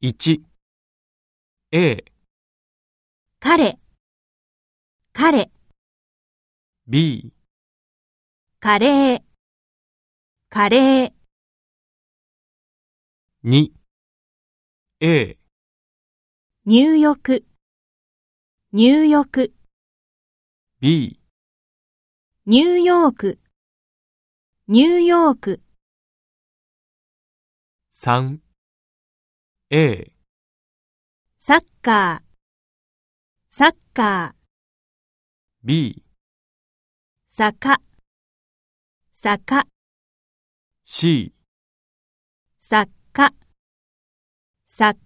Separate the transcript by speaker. Speaker 1: 1 A、
Speaker 2: 彼、彼、
Speaker 1: B、
Speaker 2: カレー、カレー、
Speaker 1: 2 A、
Speaker 2: 入浴、入浴、
Speaker 1: B、
Speaker 2: ニューヨーク、ニューヨーク、
Speaker 1: 3 A、
Speaker 2: サッカー、サッカ
Speaker 1: B、
Speaker 2: ー、坂、坂、
Speaker 1: C、
Speaker 2: サッカ、サッ